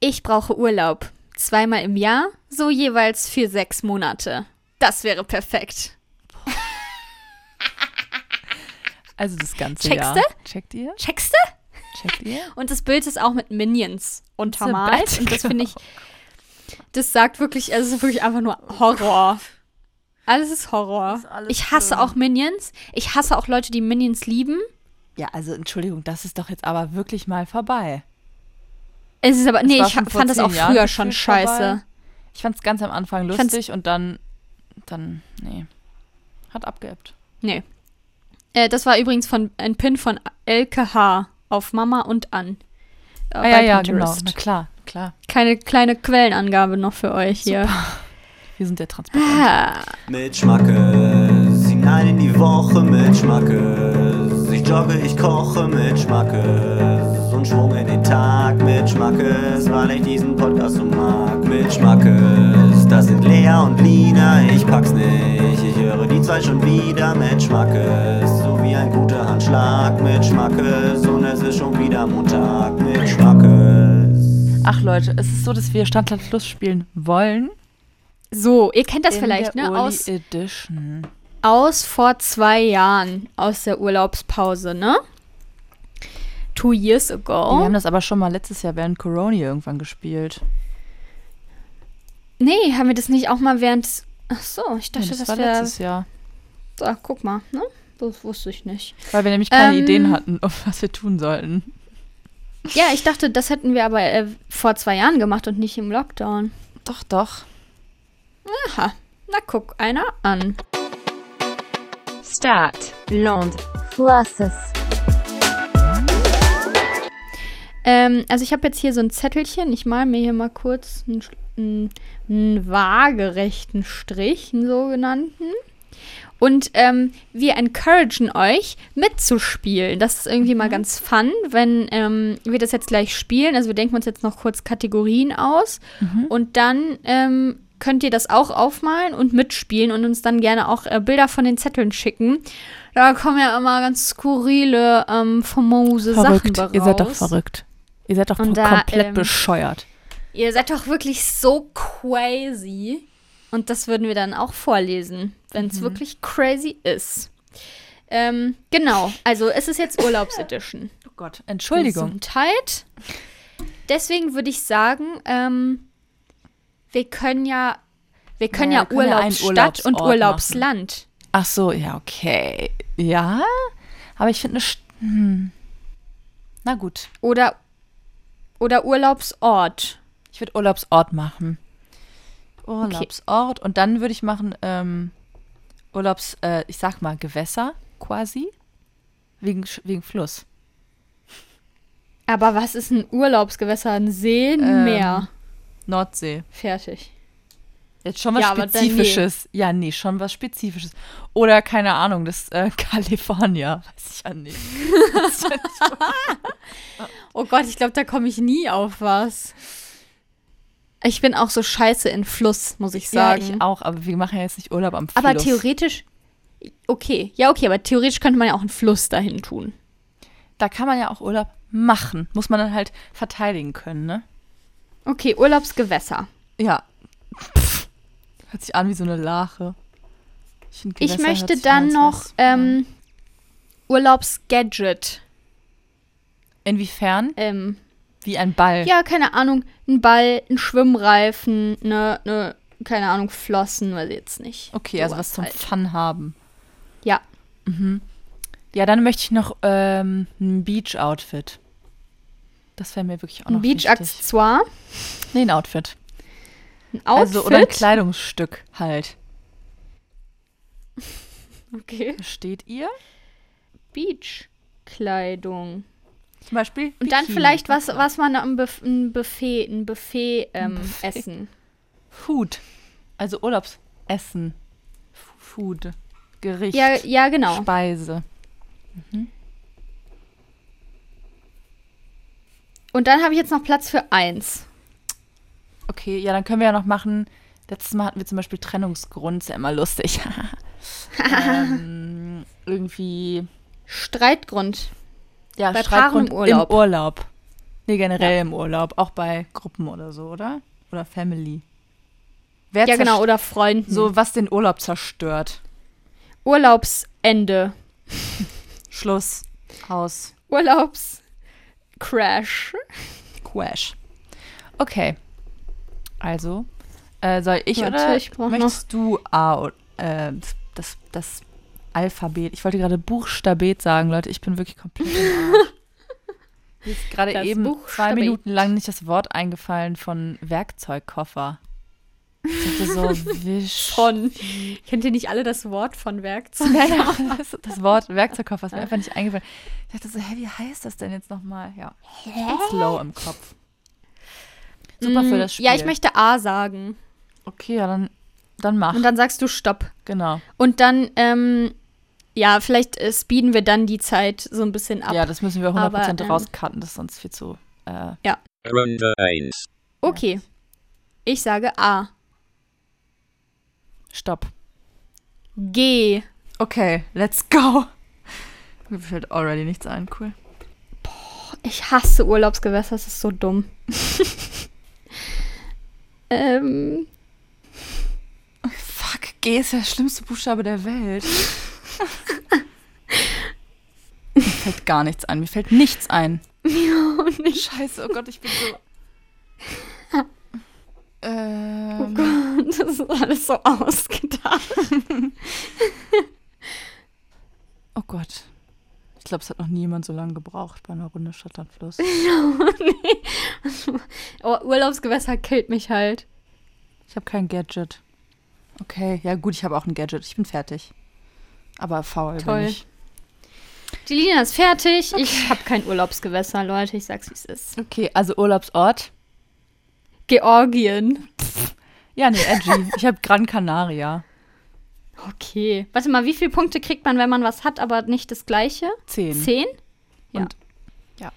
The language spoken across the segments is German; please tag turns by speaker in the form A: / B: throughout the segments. A: Ich brauche Urlaub. Zweimal im Jahr, so jeweils für sechs Monate. Das wäre perfekt.
B: Also das ganze
A: Checkste?
B: Jahr. Checkt ihr?
A: Checkst du?
B: Checkt ihr?
A: Und das Bild ist auch mit Minions untermalt.
B: Bad
A: Und das finde ich, das sagt wirklich, also es ist wirklich einfach nur Horror. Alles ist Horror.
B: Ist alles
A: ich hasse
B: schlimm.
A: auch Minions. Ich hasse auch Leute, die Minions lieben.
B: Ja, also Entschuldigung, das ist doch jetzt aber wirklich mal vorbei.
A: Es ist aber, nee,
B: war
A: ich
B: schon
A: hab-
B: vor
A: fand das
B: zehn
A: auch
B: Jahren
A: früher schon
B: gefühlt vorbei.
A: scheiße.
B: Ich fand es ganz am Anfang
A: Ich fand's-
B: lustig und dann, dann, nee, hat abgeebbt.
A: Nee. Äh, das war übrigens von, ein Pin von LKH auf Mama und an. Äh,
B: Ah,
A: bei
B: ja, ja, genau.
A: Pinterest.
B: Na klar, klar.
A: Keine kleine Quellenangabe noch für euch hier.
B: Wir sind der Transparent.
A: Ah,
C: Mit Schmackes, hinein in die Woche mit Schmackes. Ich jogge, ich koche mit Schmackes. Und Schwung in den Tag mit Schmackes, weil ich diesen Podcast so mag. Mit Schmackes, das sind Lea und Lina, ich pack's nicht. Ich höre die zwei schon wieder mit Schmackes. So wie ein guter Handschlag mit Schmackes. Und es ist schon wieder Montag mit Schmackes.
B: Ach Leute, es ist so, dass wir Standard Plus spielen wollen.
A: so, ihr kennt das
B: in
A: vielleicht,
B: der
A: ne?
B: Uli
A: Aus,
B: Edition.
A: aus vor zwei Jahren, aus der Urlaubspause, ne? Two years
B: Wir
A: ago.
B: haben das aber schon mal letztes Jahr während Corona irgendwann gespielt.
A: nee, haben wir das nicht auch mal während. Ach so, ich dachte,
B: das,
A: das,
B: war
A: wäre.
B: letztes Jahr.
A: Ach, guck mal, ne? Das wusste ich nicht.
B: Weil wir nämlich keine
A: Ähm,
B: Ideen hatten, auf was wir tun sollten.
A: Ja, ich dachte, das hätten wir aber äh, vor zwei Jahren gemacht und nicht im Lockdown.
B: Doch, doch.
A: Aha, na guck einer an.
D: Start. Land. Classes.
A: Ähm, also ich habe jetzt hier so ein Zettelchen. Ich mal mir hier mal kurz einen, Sch- einen, einen waagerechten Strich, einen sogenannten. Und ähm, wir encouragen euch, mitzuspielen. Das ist irgendwie
B: Mhm.
A: mal ganz fun, wenn ähm, wir das jetzt gleich spielen. Also wir denken uns jetzt noch kurz Kategorien aus.
B: Mhm.
A: Und dann ähm, könnt ihr das auch aufmalen und mitspielen und uns dann gerne auch äh, Bilder von den Zetteln schicken. Da kommen ja immer ganz skurrile, ähm, famose Sachen
B: Verrückt.
A: bei raus.
B: Ihr seid doch verrückt. Ihr seid doch
A: Und da,
B: komplett
A: ähm,
B: bescheuert.
A: Ihr seid doch wirklich so crazy. Und das würden wir dann auch vorlesen, wenn
B: Mhm.
A: es wirklich crazy ist. Ähm, genau, also es ist jetzt Urlaubsedition.
B: Oh Gott, Entschuldigung.
A: Gesundheit. Deswegen würde ich sagen, ähm, wir können ja, wir können
B: Naja,
A: ja,
B: wir können ja einen
A: Urlaubsstadt und
B: Urlaubsort
A: Urlaubsland.
B: Ach so, ja, okay. Ja, aber ich finde eine. St hm. Na gut,
A: Oder, oder Urlaubsort.
B: ich würde Urlaubsort machen. Urlaubsort und dann würde ich machen ähm, Urlaubs, äh, ich sag mal Gewässer quasi wegen Sch- wegen Fluss.
A: Aber was ist ein Urlaubsgewässer? Ein See, ein
B: Ähm,
A: Meer.
B: Nordsee.
A: Fertig.
B: Jetzt schon was
A: Ja, aber dann nee.
B: Spezifisches. Ja, nee, schon was Spezifisches. Oder keine Ahnung, das äh, California. Weiß ich ja nicht.
A: Oh Gott, ich glaube, da komme ich nie auf was. Ich bin auch so scheiße in Fluss, muss ich sagen.
B: Ja, ich auch, aber wir machen ja jetzt nicht Urlaub am Fluss.
A: aber theoretisch. Okay, ja, okay, aber theoretisch könnte man ja auch einen Fluss dahin tun.
B: Da kann man ja auch Urlaub machen. Muss man dann halt verteidigen können, ne?
A: Okay, Urlaubsgewässer.
B: Ja. Pff, hört sich an wie so eine Lache. find,
A: Ich
B: Gewässer hört
A: möchte
B: sich
A: dann
B: an, als
A: noch
B: wär's-
A: ähm, Urlaubsgadget.
B: Inwiefern?
A: Ähm,
B: Wie ein Ball.
A: ja, keine Ahnung, ein Ball, ein Schwimmreifen, ne, ne, keine Ahnung, Flossen, weiß ich jetzt nicht.
B: Okay, also
A: Sowas
B: was zum
A: halt.
B: Fun haben.
A: Ja,
B: Ja, dann möchte ich noch ähm, ein Beach-Outfit. Das wäre mir wirklich auch noch
A: ein
B: wichtig.
A: Beach-Accessoire,
B: Nee, ein Outfit.
A: ein Outfit.
B: Also, oder ein Kleidungsstück halt.
A: okay.
B: Versteht ihr?
A: Beach-Kleidung.
B: Zum Beispiel
A: Und dann
B: Bikini.
A: vielleicht was, was man am Buff ein Buffet, ein Buffet, ähm,
B: Buffet.
A: essen.
B: Food. Also Urlaubsessen. F- Food. Gericht.
A: Ja, ja, genau.
B: Speise.
A: Und dann habe ich jetzt noch Platz für eins.
B: Okay, ja, dann können wir ja noch machen. Letztes Mal hatten wir zum Beispiel Trennungsgrund, ist ja immer lustig. ähm, irgendwie.
A: Streitgrund.
B: Ja,
A: Bei Paaren
B: Streitgrund
A: im Urlaub.
B: Im Urlaub. Nee, generell im Urlaub, auch bei Gruppen oder so, oder? Oder Family. Wer
A: Ja, genau,
B: zerst-
A: oder Freunden.
B: So, was den Urlaub zerstört.
A: Urlaubsende.
B: Schluss. Aus.
A: Urlaubscrash.
B: Quash. Okay. Also, äh, soll ich
A: Warte,
B: oder
A: ich brauch noch-
B: möchtest du A und, äh, das, das Alphabet? Ich wollte gerade Buchstabet sagen, Leute. Ich bin wirklich komplett im Arsch. Mir ist gerade
A: Das
B: eben zwei
A: Buchstabet.
B: Minuten lang nicht das Wort eingefallen von Werkzeugkoffer. Ich dachte so, wisch.
A: Von. Kennt ihr nicht alle das Wort von Werkzeug?
B: Ja, ja, das, das Wort Werkzeugkoffer ist mir einfach nicht eingefallen. Ich dachte so, hä, wie heißt das denn jetzt nochmal? Ja, ich bin slow im Kopf. Super für
A: Mm,
B: das Spiel.
A: Ja, ich möchte A sagen.
B: Okay, ja, dann, dann mach.
A: Und dann sagst du Stopp.
B: genau.
A: Und dann, ähm, ja, vielleicht äh, speeden wir dann die Zeit so ein bisschen ab.
B: Ja, das müssen wir 100%
A: Aber, ähm,
B: rauscutten, das ist sonst viel zu. Äh,
E: Runde 1.
A: okay. Ich sage A.
B: stopp.
A: G.
B: Okay, let's go. Mir fällt already nichts ein, cool.
A: Ich hasse Urlaubsgewässer, das ist so dumm. ähm,
B: Fuck, G ist der schlimmste Buchstabe der Welt. Mir fällt gar nichts ein. Mir fällt nichts ein.
A: mir auch nicht.
B: Scheiße, oh Gott, ich bin so. ähm,
A: Gott, das ist alles so ausgedacht.
B: oh Gott. Ich glaube, es hat noch niemand so lange gebraucht bei einer Runde Schottlandfluss.
A: Oh, Urlaubsgewässer killt mich halt.
B: Ich habe kein Gadget. Okay, ja gut, ich habe auch ein Gadget. Ich bin fertig. Aber faul
A: Toll.
B: bin ich.
A: Die Lina ist fertig. Ich habe kein Urlaubsgewässer, Leute. Ich sag's, wie es ist.
B: Okay, also Urlaubsort.
A: Georgien.
B: Ja, nee, edgy. ich habe Gran Canaria.
A: Okay. Warte mal, wie viele Punkte kriegt man, wenn man was hat, aber nicht das Gleiche?
B: Zehn.
A: Zehn? Ja.
B: Und, ja.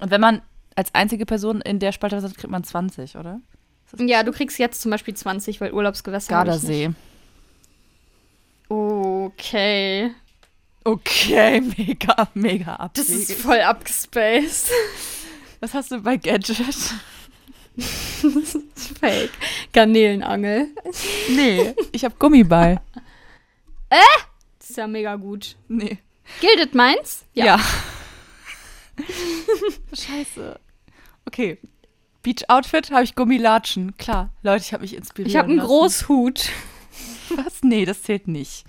B: Und wenn man als einzige Person in der Spalte was hat, kriegt man 20, oder?
A: Ja, du kriegst jetzt zum Beispiel 20, weil Urlaubsgewässer. hab ich
B: Gardasee.
A: nicht. Okay.
B: Okay, mega, mega ab.
A: Das ist voll abgespaced.
B: Was hast du bei Gadget?
A: Das ist fake. Garnelenangel.
B: Nee. Ich habe Gummiball.
A: Das ist ja mega gut.
B: Nee.
A: Gildet meins?
B: Ja. Scheiße. Okay. Beach Outfit habe ich Gummilatschen. Klar, Leute, ich habe mich inspiriert.
A: Ich habe einen Großhut.
B: Was? Nee, das zählt nicht.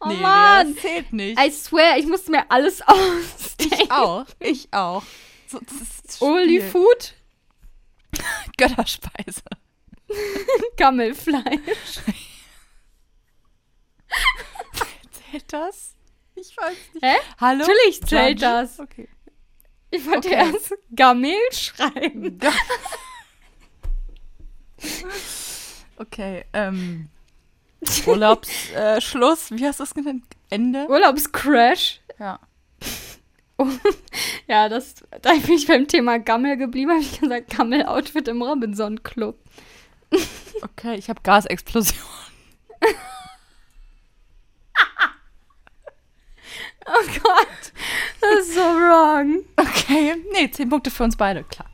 A: Oh
B: nee, nee,
A: Mann. Also
B: das zählt nicht.
A: I swear, ich musste mir alles ausdenken.
B: Ich auch. Ich auch. So, das ist
A: Only
B: Spiel.
A: Food,
B: Götterspeise.
A: Gammelfleisch.
B: Zählt das? Ich weiß nicht.
A: Hä?
B: Hallo?
A: Natürlich zählt
B: Judge?
A: das.
B: Okay.
A: Ich wollte
B: Okay.
A: erst Gamel schreiben.
B: Okay, ähm. Urlaubsschluss. Äh, Schluss. Wie hast du es genannt? Ende?
A: Urlaubscrash.
B: Ja.
A: Ja, das, da bin ich beim Thema Gammel geblieben, habe ich gesagt, Gammel-Outfit im Robinson-Club.
B: Okay, ich habe Gasexplosion.
A: Oh Gott, das ist so wrong.
B: Okay, nee, 10 Punkte für uns beide, klar.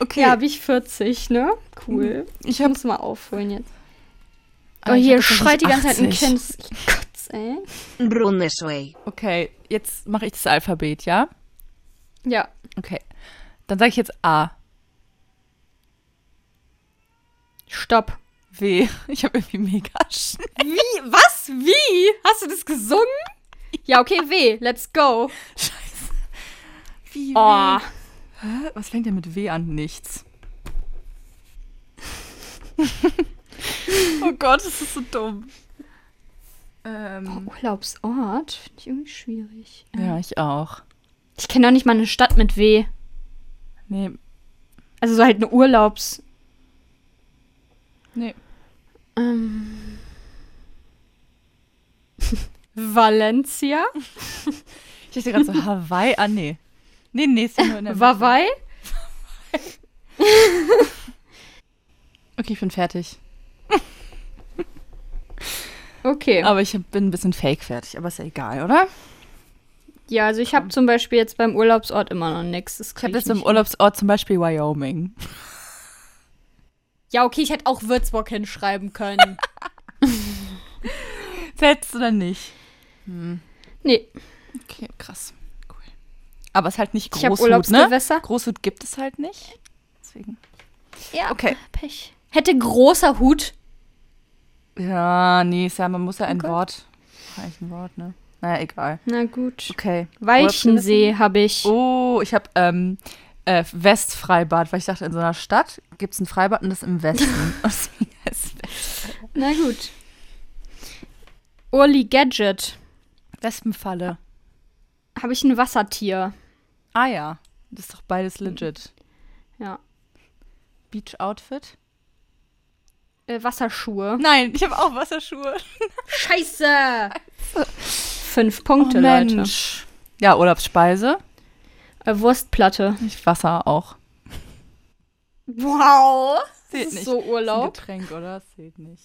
B: Okay,
A: Hier habe ich 40, ne? Cool.
B: ich
A: Ich
B: habe
A: muss mal aufholen jetzt.
B: Ah,
A: Oh,
B: ich
A: hier
B: hab tatsächlich
A: schreit die ganze Zeit ein
B: 80.
A: Kind. Ich kotz, ey.
D: Runeshway.
B: Okay, jetzt mache ich das Alphabet, ja?
A: Ja.
B: Okay. Dann sage ich jetzt A,
A: Stopp.
B: W. Ich habe irgendwie mega Sch-
A: Wie? Was? Wie? Hast du das gesungen? Ja, okay, W. Let's go.
B: Scheiße. Wie,
A: Oh.
B: Hä? Was fängt denn mit W an? Nichts. oh Gott, das ist so dumm. Ähm,
A: Urlaubsort? Finde ich irgendwie schwierig.
B: ja, ich auch.
A: Ich kenne doch nicht mal eine Stadt mit W.
B: Nee,
A: Also so halt eine Urlaubs.
B: nee.
A: Ähm. Valencia?
B: Ich dachte gerade so Hawaii. Ah, nee. Nee, nee, ist ja nur in der Mitte.
A: Hawaii?
B: Okay, ich bin fertig.
A: Okay. Ah.
B: Aber ich hab- bin ein bisschen fake fertig, aber ist ja egal, oder?
A: Ja, also ich habe zum Beispiel jetzt beim Urlaubsort immer noch nichts. Das
B: Ich habe jetzt im Urlaubsort zum Beispiel Wyoming.
A: Ja, okay, ich hätte auch Würzburg hinschreiben können.
B: Setzt oder nicht?
A: nee,
B: Okay, krass. Cool. Aber es ist halt nicht
A: Ich hab
B: Großhut, ne?
A: Urlaubsgewässer.
B: Großhut gibt es halt nicht. Deswegen.
A: ja,
B: Okay.
A: Pech. Hätte großer Hut.
B: Ja, nee, ist ja, man muss ja ein
A: Okay.
B: Wort. Eigentlich ein Wort, ne? Naja, egal.
A: Na gut.
B: Okay.
A: Walchensee habe ich.
B: Oh, ich habe ähm, äh, Westfreibad, weil ich dachte, in so einer Stadt gibt es ein Freibad und das im Westen. Deswegen heißt es
A: Na gut. Urli Gadget.
B: Wespenfalle.
A: Habe ich ein Wassertier.
B: Ah ja, das ist doch beides legit.
A: Ja.
B: Beach Outfit?
A: Äh, Wasserschuhe.
B: Nein, ich habe auch Wasserschuhe.
A: Scheiße! Oh, Fünf Punkte, Leute.
B: Oh, Ja, Urlaubsspeise.
A: Äh, Wurstplatte.
B: Ich Wasser auch.
A: Wow!
B: Zählt
A: Das ist
B: nicht.
A: so Urlaub.
B: Getränk, oder? Das zählt nicht.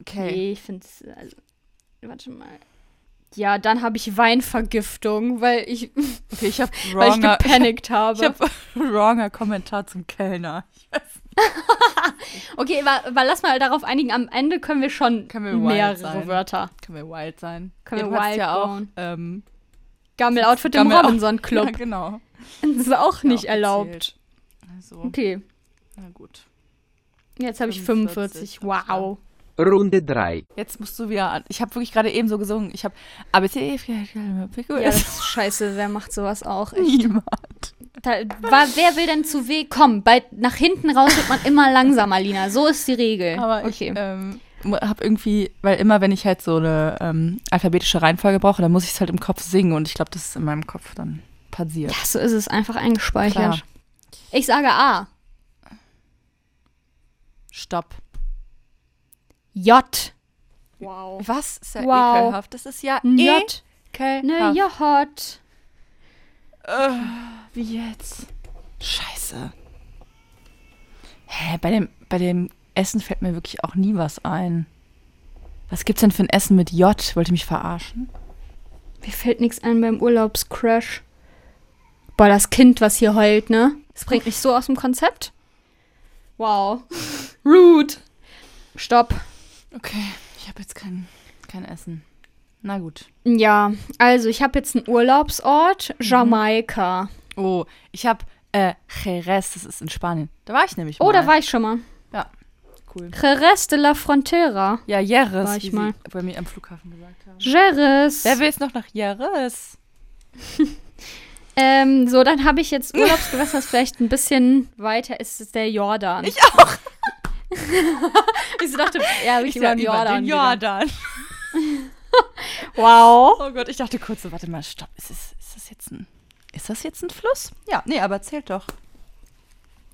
B: Okay.
A: Nee, ich finde es. Also, warte mal. Ja, dann habe ich Weinvergiftung, weil ich,
B: Okay, ich habe
A: weil ich
B: wronger,
A: gepanikt habe.
B: ich hab wronger Kommentar zum Kellner.
A: okay, aber, aber lass mal darauf einigen. Am Ende können wir schon
B: Können wir wild
A: mehrere
B: sein.
A: Wörter.
B: Können wir wild sein?
A: Können
B: ja,
A: wir
B: du hast
A: wild
B: ja auch,
A: bauen.
B: ähm,
A: Gammel-Outfit im
B: Gammel-
A: Robinson-Club.
B: Ja, genau.
A: Das ist auch
B: Ja,
A: nicht
B: auch
A: erlaubt.
B: Also,
A: Okay,
B: na gut.
A: jetzt habe ich
B: 45,
A: 45.
B: alles klar.
A: Wow.
E: Runde 3.
B: Jetzt musst du wieder an. Ich habe wirklich gerade eben so gesungen. Ich habe ABC.
A: Ja, das ist scheiße. Wer macht sowas auch? Echt.
B: niemand.
A: Da, wa- wer will denn zu W kommen? Bei, nach hinten raus wird man immer langsamer, Lina. So ist die Regel.
B: Aber ich
A: okay.
B: ähm, habe irgendwie, weil immer, wenn ich halt so eine ähm, alphabetische Reihenfolge brauche, dann muss ich es halt im Kopf singen und ich glaube, das ist in meinem Kopf dann passiert.
A: ja, so ist es einfach eingespeichert.
B: Klar.
A: Ich sage A.
B: Stopp.
A: J. Wow.
B: Was? Ist ja
A: Wow.
B: ekelhaft. Das ist ja eh
A: Ein J.
B: ekelhaft.
A: Ne J.
B: Wie jetzt? Scheiße. Hä, bei dem, bei dem Essen fällt mir wirklich auch nie was ein. Was gibt's denn für ein Essen mit J? Wollt ihr mich verarschen?
A: Mir fällt nichts ein beim Urlaubscrash. Boah, das Kind, was hier heult, ne? Das bringt mich so aus dem Konzept. Wow. Rude. Stopp.
B: Okay, ich habe jetzt kein, kein Essen. Na gut.
A: Ja, also ich habe jetzt einen Urlaubsort, Jamaika.
B: Oh, ich habe äh, Jerez, das ist in Spanien. Da war ich nämlich mal.
A: Oh, da war ich schon mal.
B: Ja, cool.
A: Jerez de la Frontera.
B: Ja, Jerez,
A: War ich
B: wie
A: mal.
B: sie bei mir am Flughafen gesagt haben.
A: Jerez.
B: Wer will jetzt noch nach Jerez?
A: Ähm, so, dann habe ich jetzt Urlaubsgewässer, das vielleicht ein bisschen weiter ist, ist der Jordan. Ich auch. ich so dachte, ja, hab ich, über
B: sag
A: den Jordan.
B: den
A: gedacht.
B: Jordan.
A: Wow.
B: Oh Gott, ich dachte kurz so, warte mal, stopp, ist das, ist das jetzt ein, ist das jetzt ein Fluss? Ja, nee, aber zählt doch.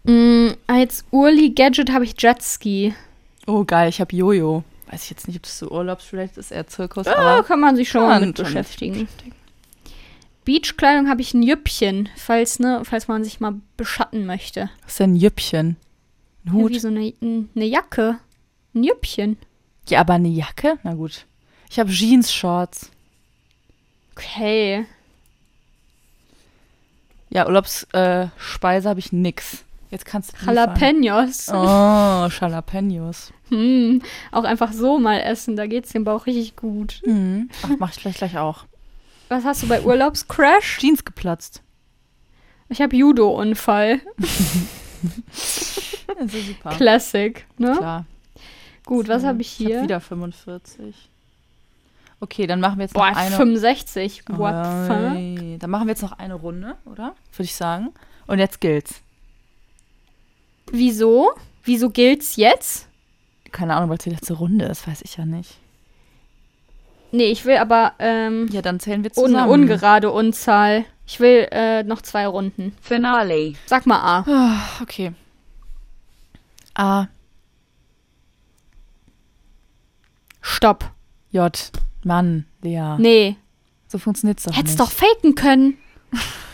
A: Mm, als Urli Gadget habe ich Jetski.
B: Oh geil, ich habe Jojo. Weiß ich jetzt nicht, ob das so urlaubsrelated ist, eher Zirkus,
A: Da
B: aber
A: kann man sich schon
B: kann
A: mal
B: man
A: mit
B: schon mit
A: beschäftigen. Beachkleidung habe ich ein Jüppchen, falls, ne, falls man sich mal beschatten möchte.
B: was ist denn ein Jüppchen? Ein
A: Ja,
B: Hut?
A: Wie so eine, eine ne Jacke. Ein Jüppchen.
B: Ja, aber eine Jacke? Na gut. Ich habe Jeans-Shorts.
A: Okay.
B: Ja, Urlaubsspeise äh, Speise habe ich nix. Jetzt kannst du liefern.
A: Jalapenos.
B: Oh, Jalapenos.
A: Hm, auch einfach so mal essen, da geht's dem Bauch richtig gut.
B: Mhm. Ach, mach ich gleich, gleich auch.
A: Was hast du bei Urlaubscrash?
B: Jeans geplatzt.
A: Ich habe Judo-Unfall.
B: Ja, so super.
A: Classic, ne?
B: Klar.
A: Gut, was habe ich
B: Ich
A: hier?
B: hab wieder 45. Okay, dann machen wir jetzt
A: Boah,
B: noch eine.
A: 65. What the fuck?
B: Oi. Dann machen wir jetzt noch eine Runde, oder? Würde ich sagen. Und jetzt gilt's.
A: Wieso? Wieso gilt's jetzt?
B: Keine Ahnung, weil es die letzte Runde ist, weiß ich ja nicht.
A: Nee, ich will aber ähm,
B: Ja, dann zählen wir zusammen.
A: ohne ungerade Unzahl. Ich will äh, noch zwei Runden.
D: Finale.
A: Sag mal A.
B: Ah, Okay. A,
A: Stopp.
B: J, Mann, Lea.
A: Nee,
B: So funktioniert's doch
A: hätt's
B: nicht.
A: doch faken können.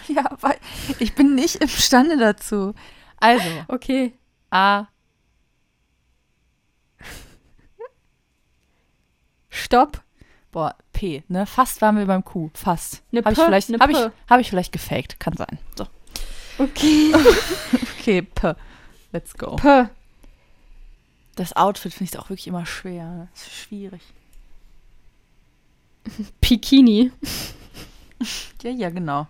B: Ja, weil ich bin nicht imstande dazu. Also,
A: Okay.
B: A,
A: Stopp.
B: Boah, P, ne? Fast waren wir beim Q. Fast.
A: Ne
B: Habe ich,
A: P,
B: vielleicht-
A: ne
B: hab ich,
A: P.
B: hab ich vielleicht gefaked. Kann sein. So.
A: Okay.
B: Okay, P. Let's go.
A: P.
B: Das Outfit finde ich auch wirklich immer schwer. ne? Das ist schwierig.
A: Bikini.
B: Ja, ja, genau.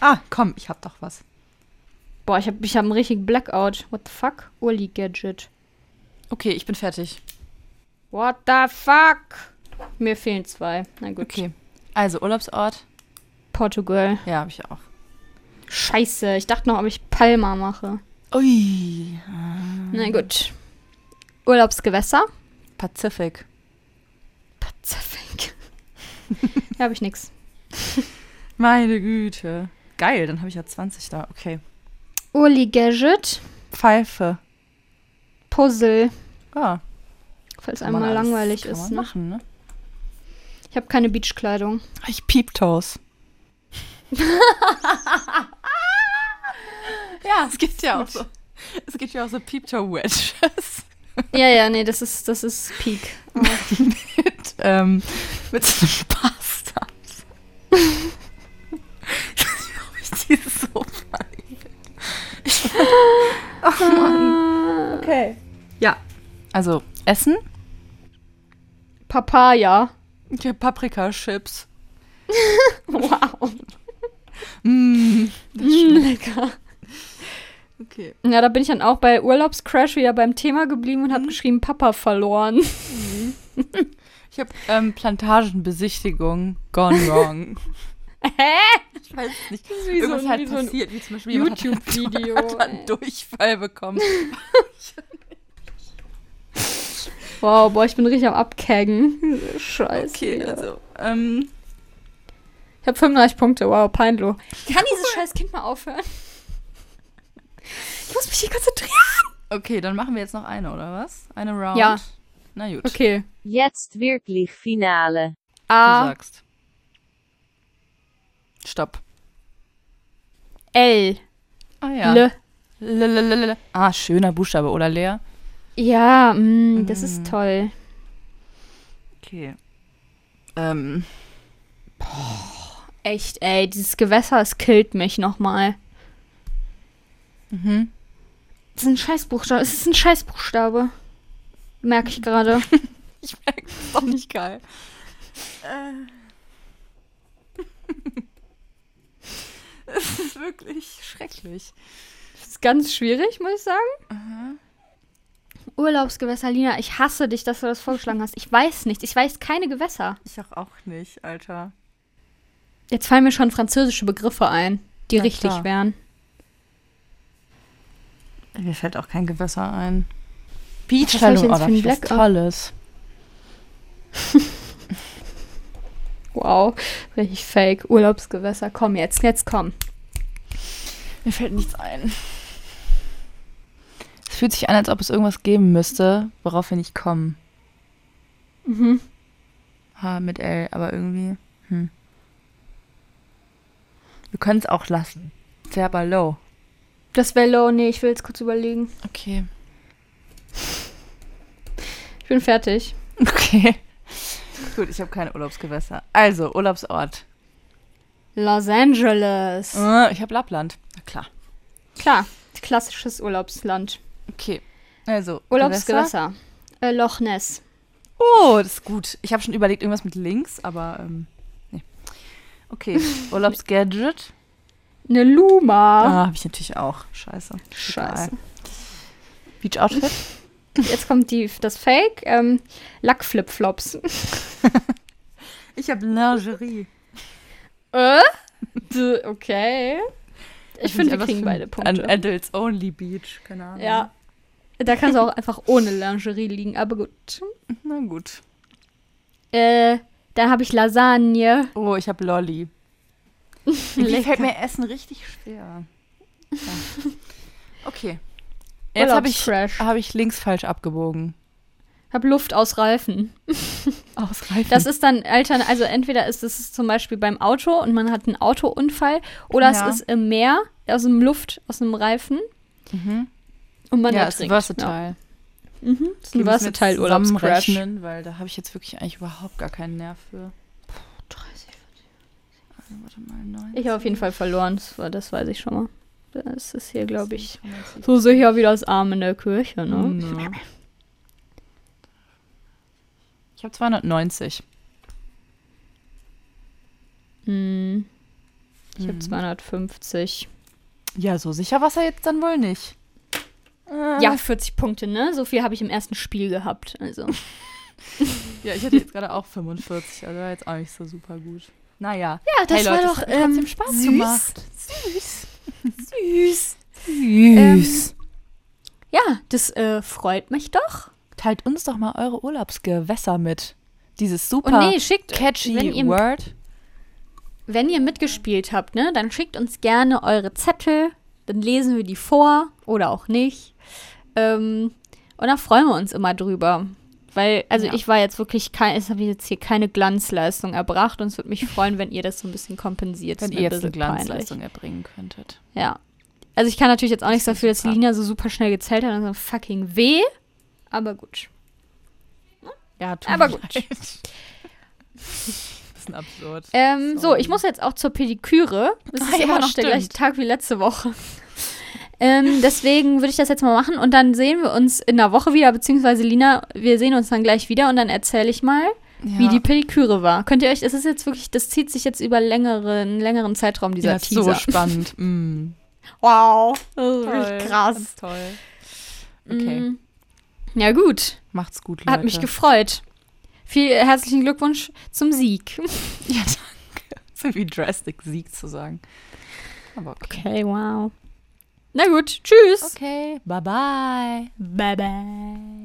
B: Ah, komm, ich hab doch was.
A: Boah, ich habe ich hab einen richtigen Blackout. What the fuck? Uli Gadget.
B: Okay, ich bin fertig.
A: What the fuck? Mir fehlen zwei. Na gut.
B: Okay. Also, Urlaubsort.
A: Portugal.
B: Ja, habe ich auch.
A: Scheiße. Ich dachte noch, ob ich Palma mache.
B: Ui.
A: Na gut. Urlaubsgewässer.
B: Pazifik.
A: Pazifik. da habe ich nix.
B: Meine Güte. Geil, dann habe ich ja 20 da. Okay.
A: Uli Gadget.
B: Pfeife.
A: Puzzle.
B: Ja.
A: Falls
B: kann man
A: einmal
B: alles-
A: langweilig
B: kann
A: ist.
B: Man
A: Ne?
B: machen, ne?
A: Ich habe keine Beachkleidung.
B: Ich Pieptoes. ja, es gibt ja auch so. Es gibt ja auch so Pieptoe-Wedges.
A: ja, ja, nee, das ist, das ist Peak.
B: mit, ähm, mit so einem Pasta. ich glaub, ich die so ich, Oh Mann. Okay. Ja. Also, Essen.
A: Papaya.
B: Okay, Paprika-Chips.
A: Wow.
B: Mm.
A: Mm, lecker.
B: Okay.
A: Ja, da bin ich dann auch bei Urlaubscrash wieder beim Thema geblieben und habe
B: Mhm.
A: geschrieben, Papa verloren.
B: Ich habe ähm, Plantagenbesichtigung gone wrong.
A: Hä?
B: Ich weiß nicht.
A: Das ist wie so
B: Irgendwas
A: ein,
B: halt
A: wie so ein
B: passiert, wie zum Beispiel jemand hat-
A: YouTube-Video.
B: hat einen Durchfall bekommen.
A: Wow, boah, ich bin richtig am Abkaggen. Scheiße.
B: Okay, also, ähm,
A: Ich habe 35 Punkte, wow, peinlich. Kann dieses scheiß Kind mal aufhören? Ich muss mich hier konzentrieren.
B: okay, dann machen wir jetzt noch eine, oder was? Eine Round.
A: Ja.
B: Na gut.
A: Okay.
D: Jetzt wirklich Finale.
B: du
A: A,
B: sagst. Stopp.
A: L,
B: Ah ja.
A: L.
B: Lelelelele. Ah, schöner Buchstabe, oder Lea?
A: Ja, mm, das ist toll.
B: Okay. Ähm,
A: Echt, ey, dieses Gewässer, es killt mich nochmal.
B: mhm.
A: Das ist ein Scheißbuchstabe. Es ist ein Scheißbuchstabe. Merke ich gerade.
B: Ich merke, das ist doch nicht geil. Es ist wirklich schrecklich.
A: Das ist ganz schwierig, muss ich sagen.
B: Mhm.
A: Urlaubsgewässer, Lina, ich hasse dich, dass du das vorgeschlagen hast. Ich weiß nichts. Ich weiß keine Gewässer.
B: Ich auch, auch nicht, Alter.
A: Jetzt fallen mir schon französische Begriffe ein, die
B: Na
A: richtig
B: klar.
A: wären.
B: Mir fällt auch kein Gewässer ein.
A: Was soll ich
B: Beachstellung,
A: denn jetzt
B: oh, da
A: für
B: hab
A: ein
B: ich was
A: Blackout?
B: Tolles.
A: Wow, richtig fake. Urlaubsgewässer, komm jetzt, jetzt komm.
B: Mir fällt nichts ein. Es fühlt sich an, als ob es irgendwas geben müsste, worauf wir nicht kommen.
A: Mhm.
B: H mit L, aber irgendwie. Hm. Wir können es auch lassen. Sehr aber low.
A: Das wäre low, nee, ich will jetzt kurz überlegen.
B: Okay.
A: Ich bin fertig.
B: Okay. Gut, ich habe kein Urlaubsgewässer. Also, Urlaubsort.
A: Los Angeles.
B: Äh, Ich habe Lappland. Na klar.
A: Klar, klassisches Urlaubsland.
B: Okay. Also, Gewässer.
A: Urlaubsgewässer. Äh, Loch Ness.
B: Oh, das ist gut. Ich habe schon überlegt, irgendwas mit links, aber ähm, nee. Okay, Urlaubsgadget.
A: Eine Luma.
B: Ah, habe ich natürlich auch. Scheiße.
A: Scheiße.
B: Beach Outfit.
A: Jetzt kommt die, das Fake. Ähm, Lackflipflops.
B: Ich habe Lingerie.
A: äh? D- Okay. Ich finde, wir kriegen beide Punkte.
B: An Adults Only Beach, keine Ahnung.
A: Ja. Da kannst du auch einfach ohne Lingerie liegen, aber gut.
B: Na gut.
A: Äh, dann habe ich Lasagne.
B: Oh, ich habe Lolli. Irgendwie fällt mir Essen richtig schwer. Ja. Okay. Jetzt habe ich,
A: Urlaubstrash.
B: hab ich links falsch abgebogen.
A: Hab Luft aus Reifen.
B: Ausreifen.
A: Das ist dann altern, also entweder ist es zum Beispiel beim Auto und man hat einen Autounfall oder
B: Ja.
A: es ist im Meer, aus dem Luft, aus einem Reifen
B: mhm.
A: und man
B: Ja, ist
A: ertrinkt.
B: genau. versatile.
A: Ja. Mhm, das ist ein
B: müssen wir
A: weißer
B: jetzt
A: Teil Urlaubscrash.
B: zusammenrechnen, Weil da habe ich jetzt wirklich eigentlich überhaupt gar keinen Nerv für. Also, warte mal, neun.
A: Ich habe auf jeden Fall verloren, das, war, das weiß ich schon mal. Das ist hier, glaube ich, so sicher wie das Arm in der Kirche, ne?
B: Ja. Ich habe 290.
A: Hm. Ich habe 250.
B: Ja, so sicher war er jetzt dann wohl nicht. Ah.
A: Ja, 40 Punkte, ne? So viel habe ich im ersten Spiel gehabt. Also.
B: Ja, ich hatte jetzt gerade auch 45, also war jetzt auch nicht so super gut. Naja.
A: Ja, das
B: hey,
A: war
B: Leute,
A: doch
B: es hat mir trotzdem
A: ähm,
B: Spaß
A: süß.
B: gemacht.
A: Süß.
B: Süß.
A: Ja, das äh, freut mich doch.
B: Teilt uns doch mal eure Urlaubsgewässer mit. Dieses
A: Und
B: super
A: nee, schickt,
B: catchy
A: wenn ihr-
B: Word.
A: wenn ihr mitgespielt habt, ne, dann schickt uns gerne eure Zettel, dann lesen wir die vor oder auch nicht. Ähm, und da freuen wir uns immer drüber. Weil, also
B: Ja.
A: ich war jetzt wirklich kein, ich habe jetzt hier keine Glanzleistung erbracht und es würde mich freuen, wenn ihr das so ein bisschen kompensiert.
B: Wenn
A: Ist
B: ihr
A: mir
B: jetzt eine
A: bisschen peinlich.
B: Glanzleistung erbringen könntet.
A: Ja. Also ich kann natürlich jetzt auch nichts dafür, dass die
B: super.
A: Lina so super schnell gezählt hat und so fucking weh. Aber gut.
B: Ja, tut
A: Aber
B: mir
A: gut.
B: leid. Bisschen absurd.
A: Ähm, so,
B: Sorry.
A: ich muss jetzt auch zur Pediküre. Das ist
B: Ah ja,
A: immer noch der
B: stimmt.
A: gleiche Tag wie letzte Woche. ähm, deswegen würde ich das jetzt mal machen und dann sehen wir uns in einer Woche wieder, beziehungsweise Lina, wir sehen uns dann gleich wieder und dann erzähle ich mal,
B: Ja.
A: wie die Pediküre war. Könnt ihr euch, es ist jetzt wirklich, das zieht sich jetzt über längere, einen längeren Zeitraum, dieser
B: ja, ist so
A: Teaser.
B: spannend. Mm.
A: wow, das ist wirklich krass.
B: Ganz toll. Okay,
A: Mm. Ja gut,
B: macht's gut, Leute.
A: Hat mich gefreut. Viel herzlichen Glückwunsch zum Sieg.
B: Ja, danke. So wie Drastic Sieg zu sagen. Aber okay.
A: Okay, wow. Na gut, tschüss.
B: Okay, bye bye.
A: Bye bye.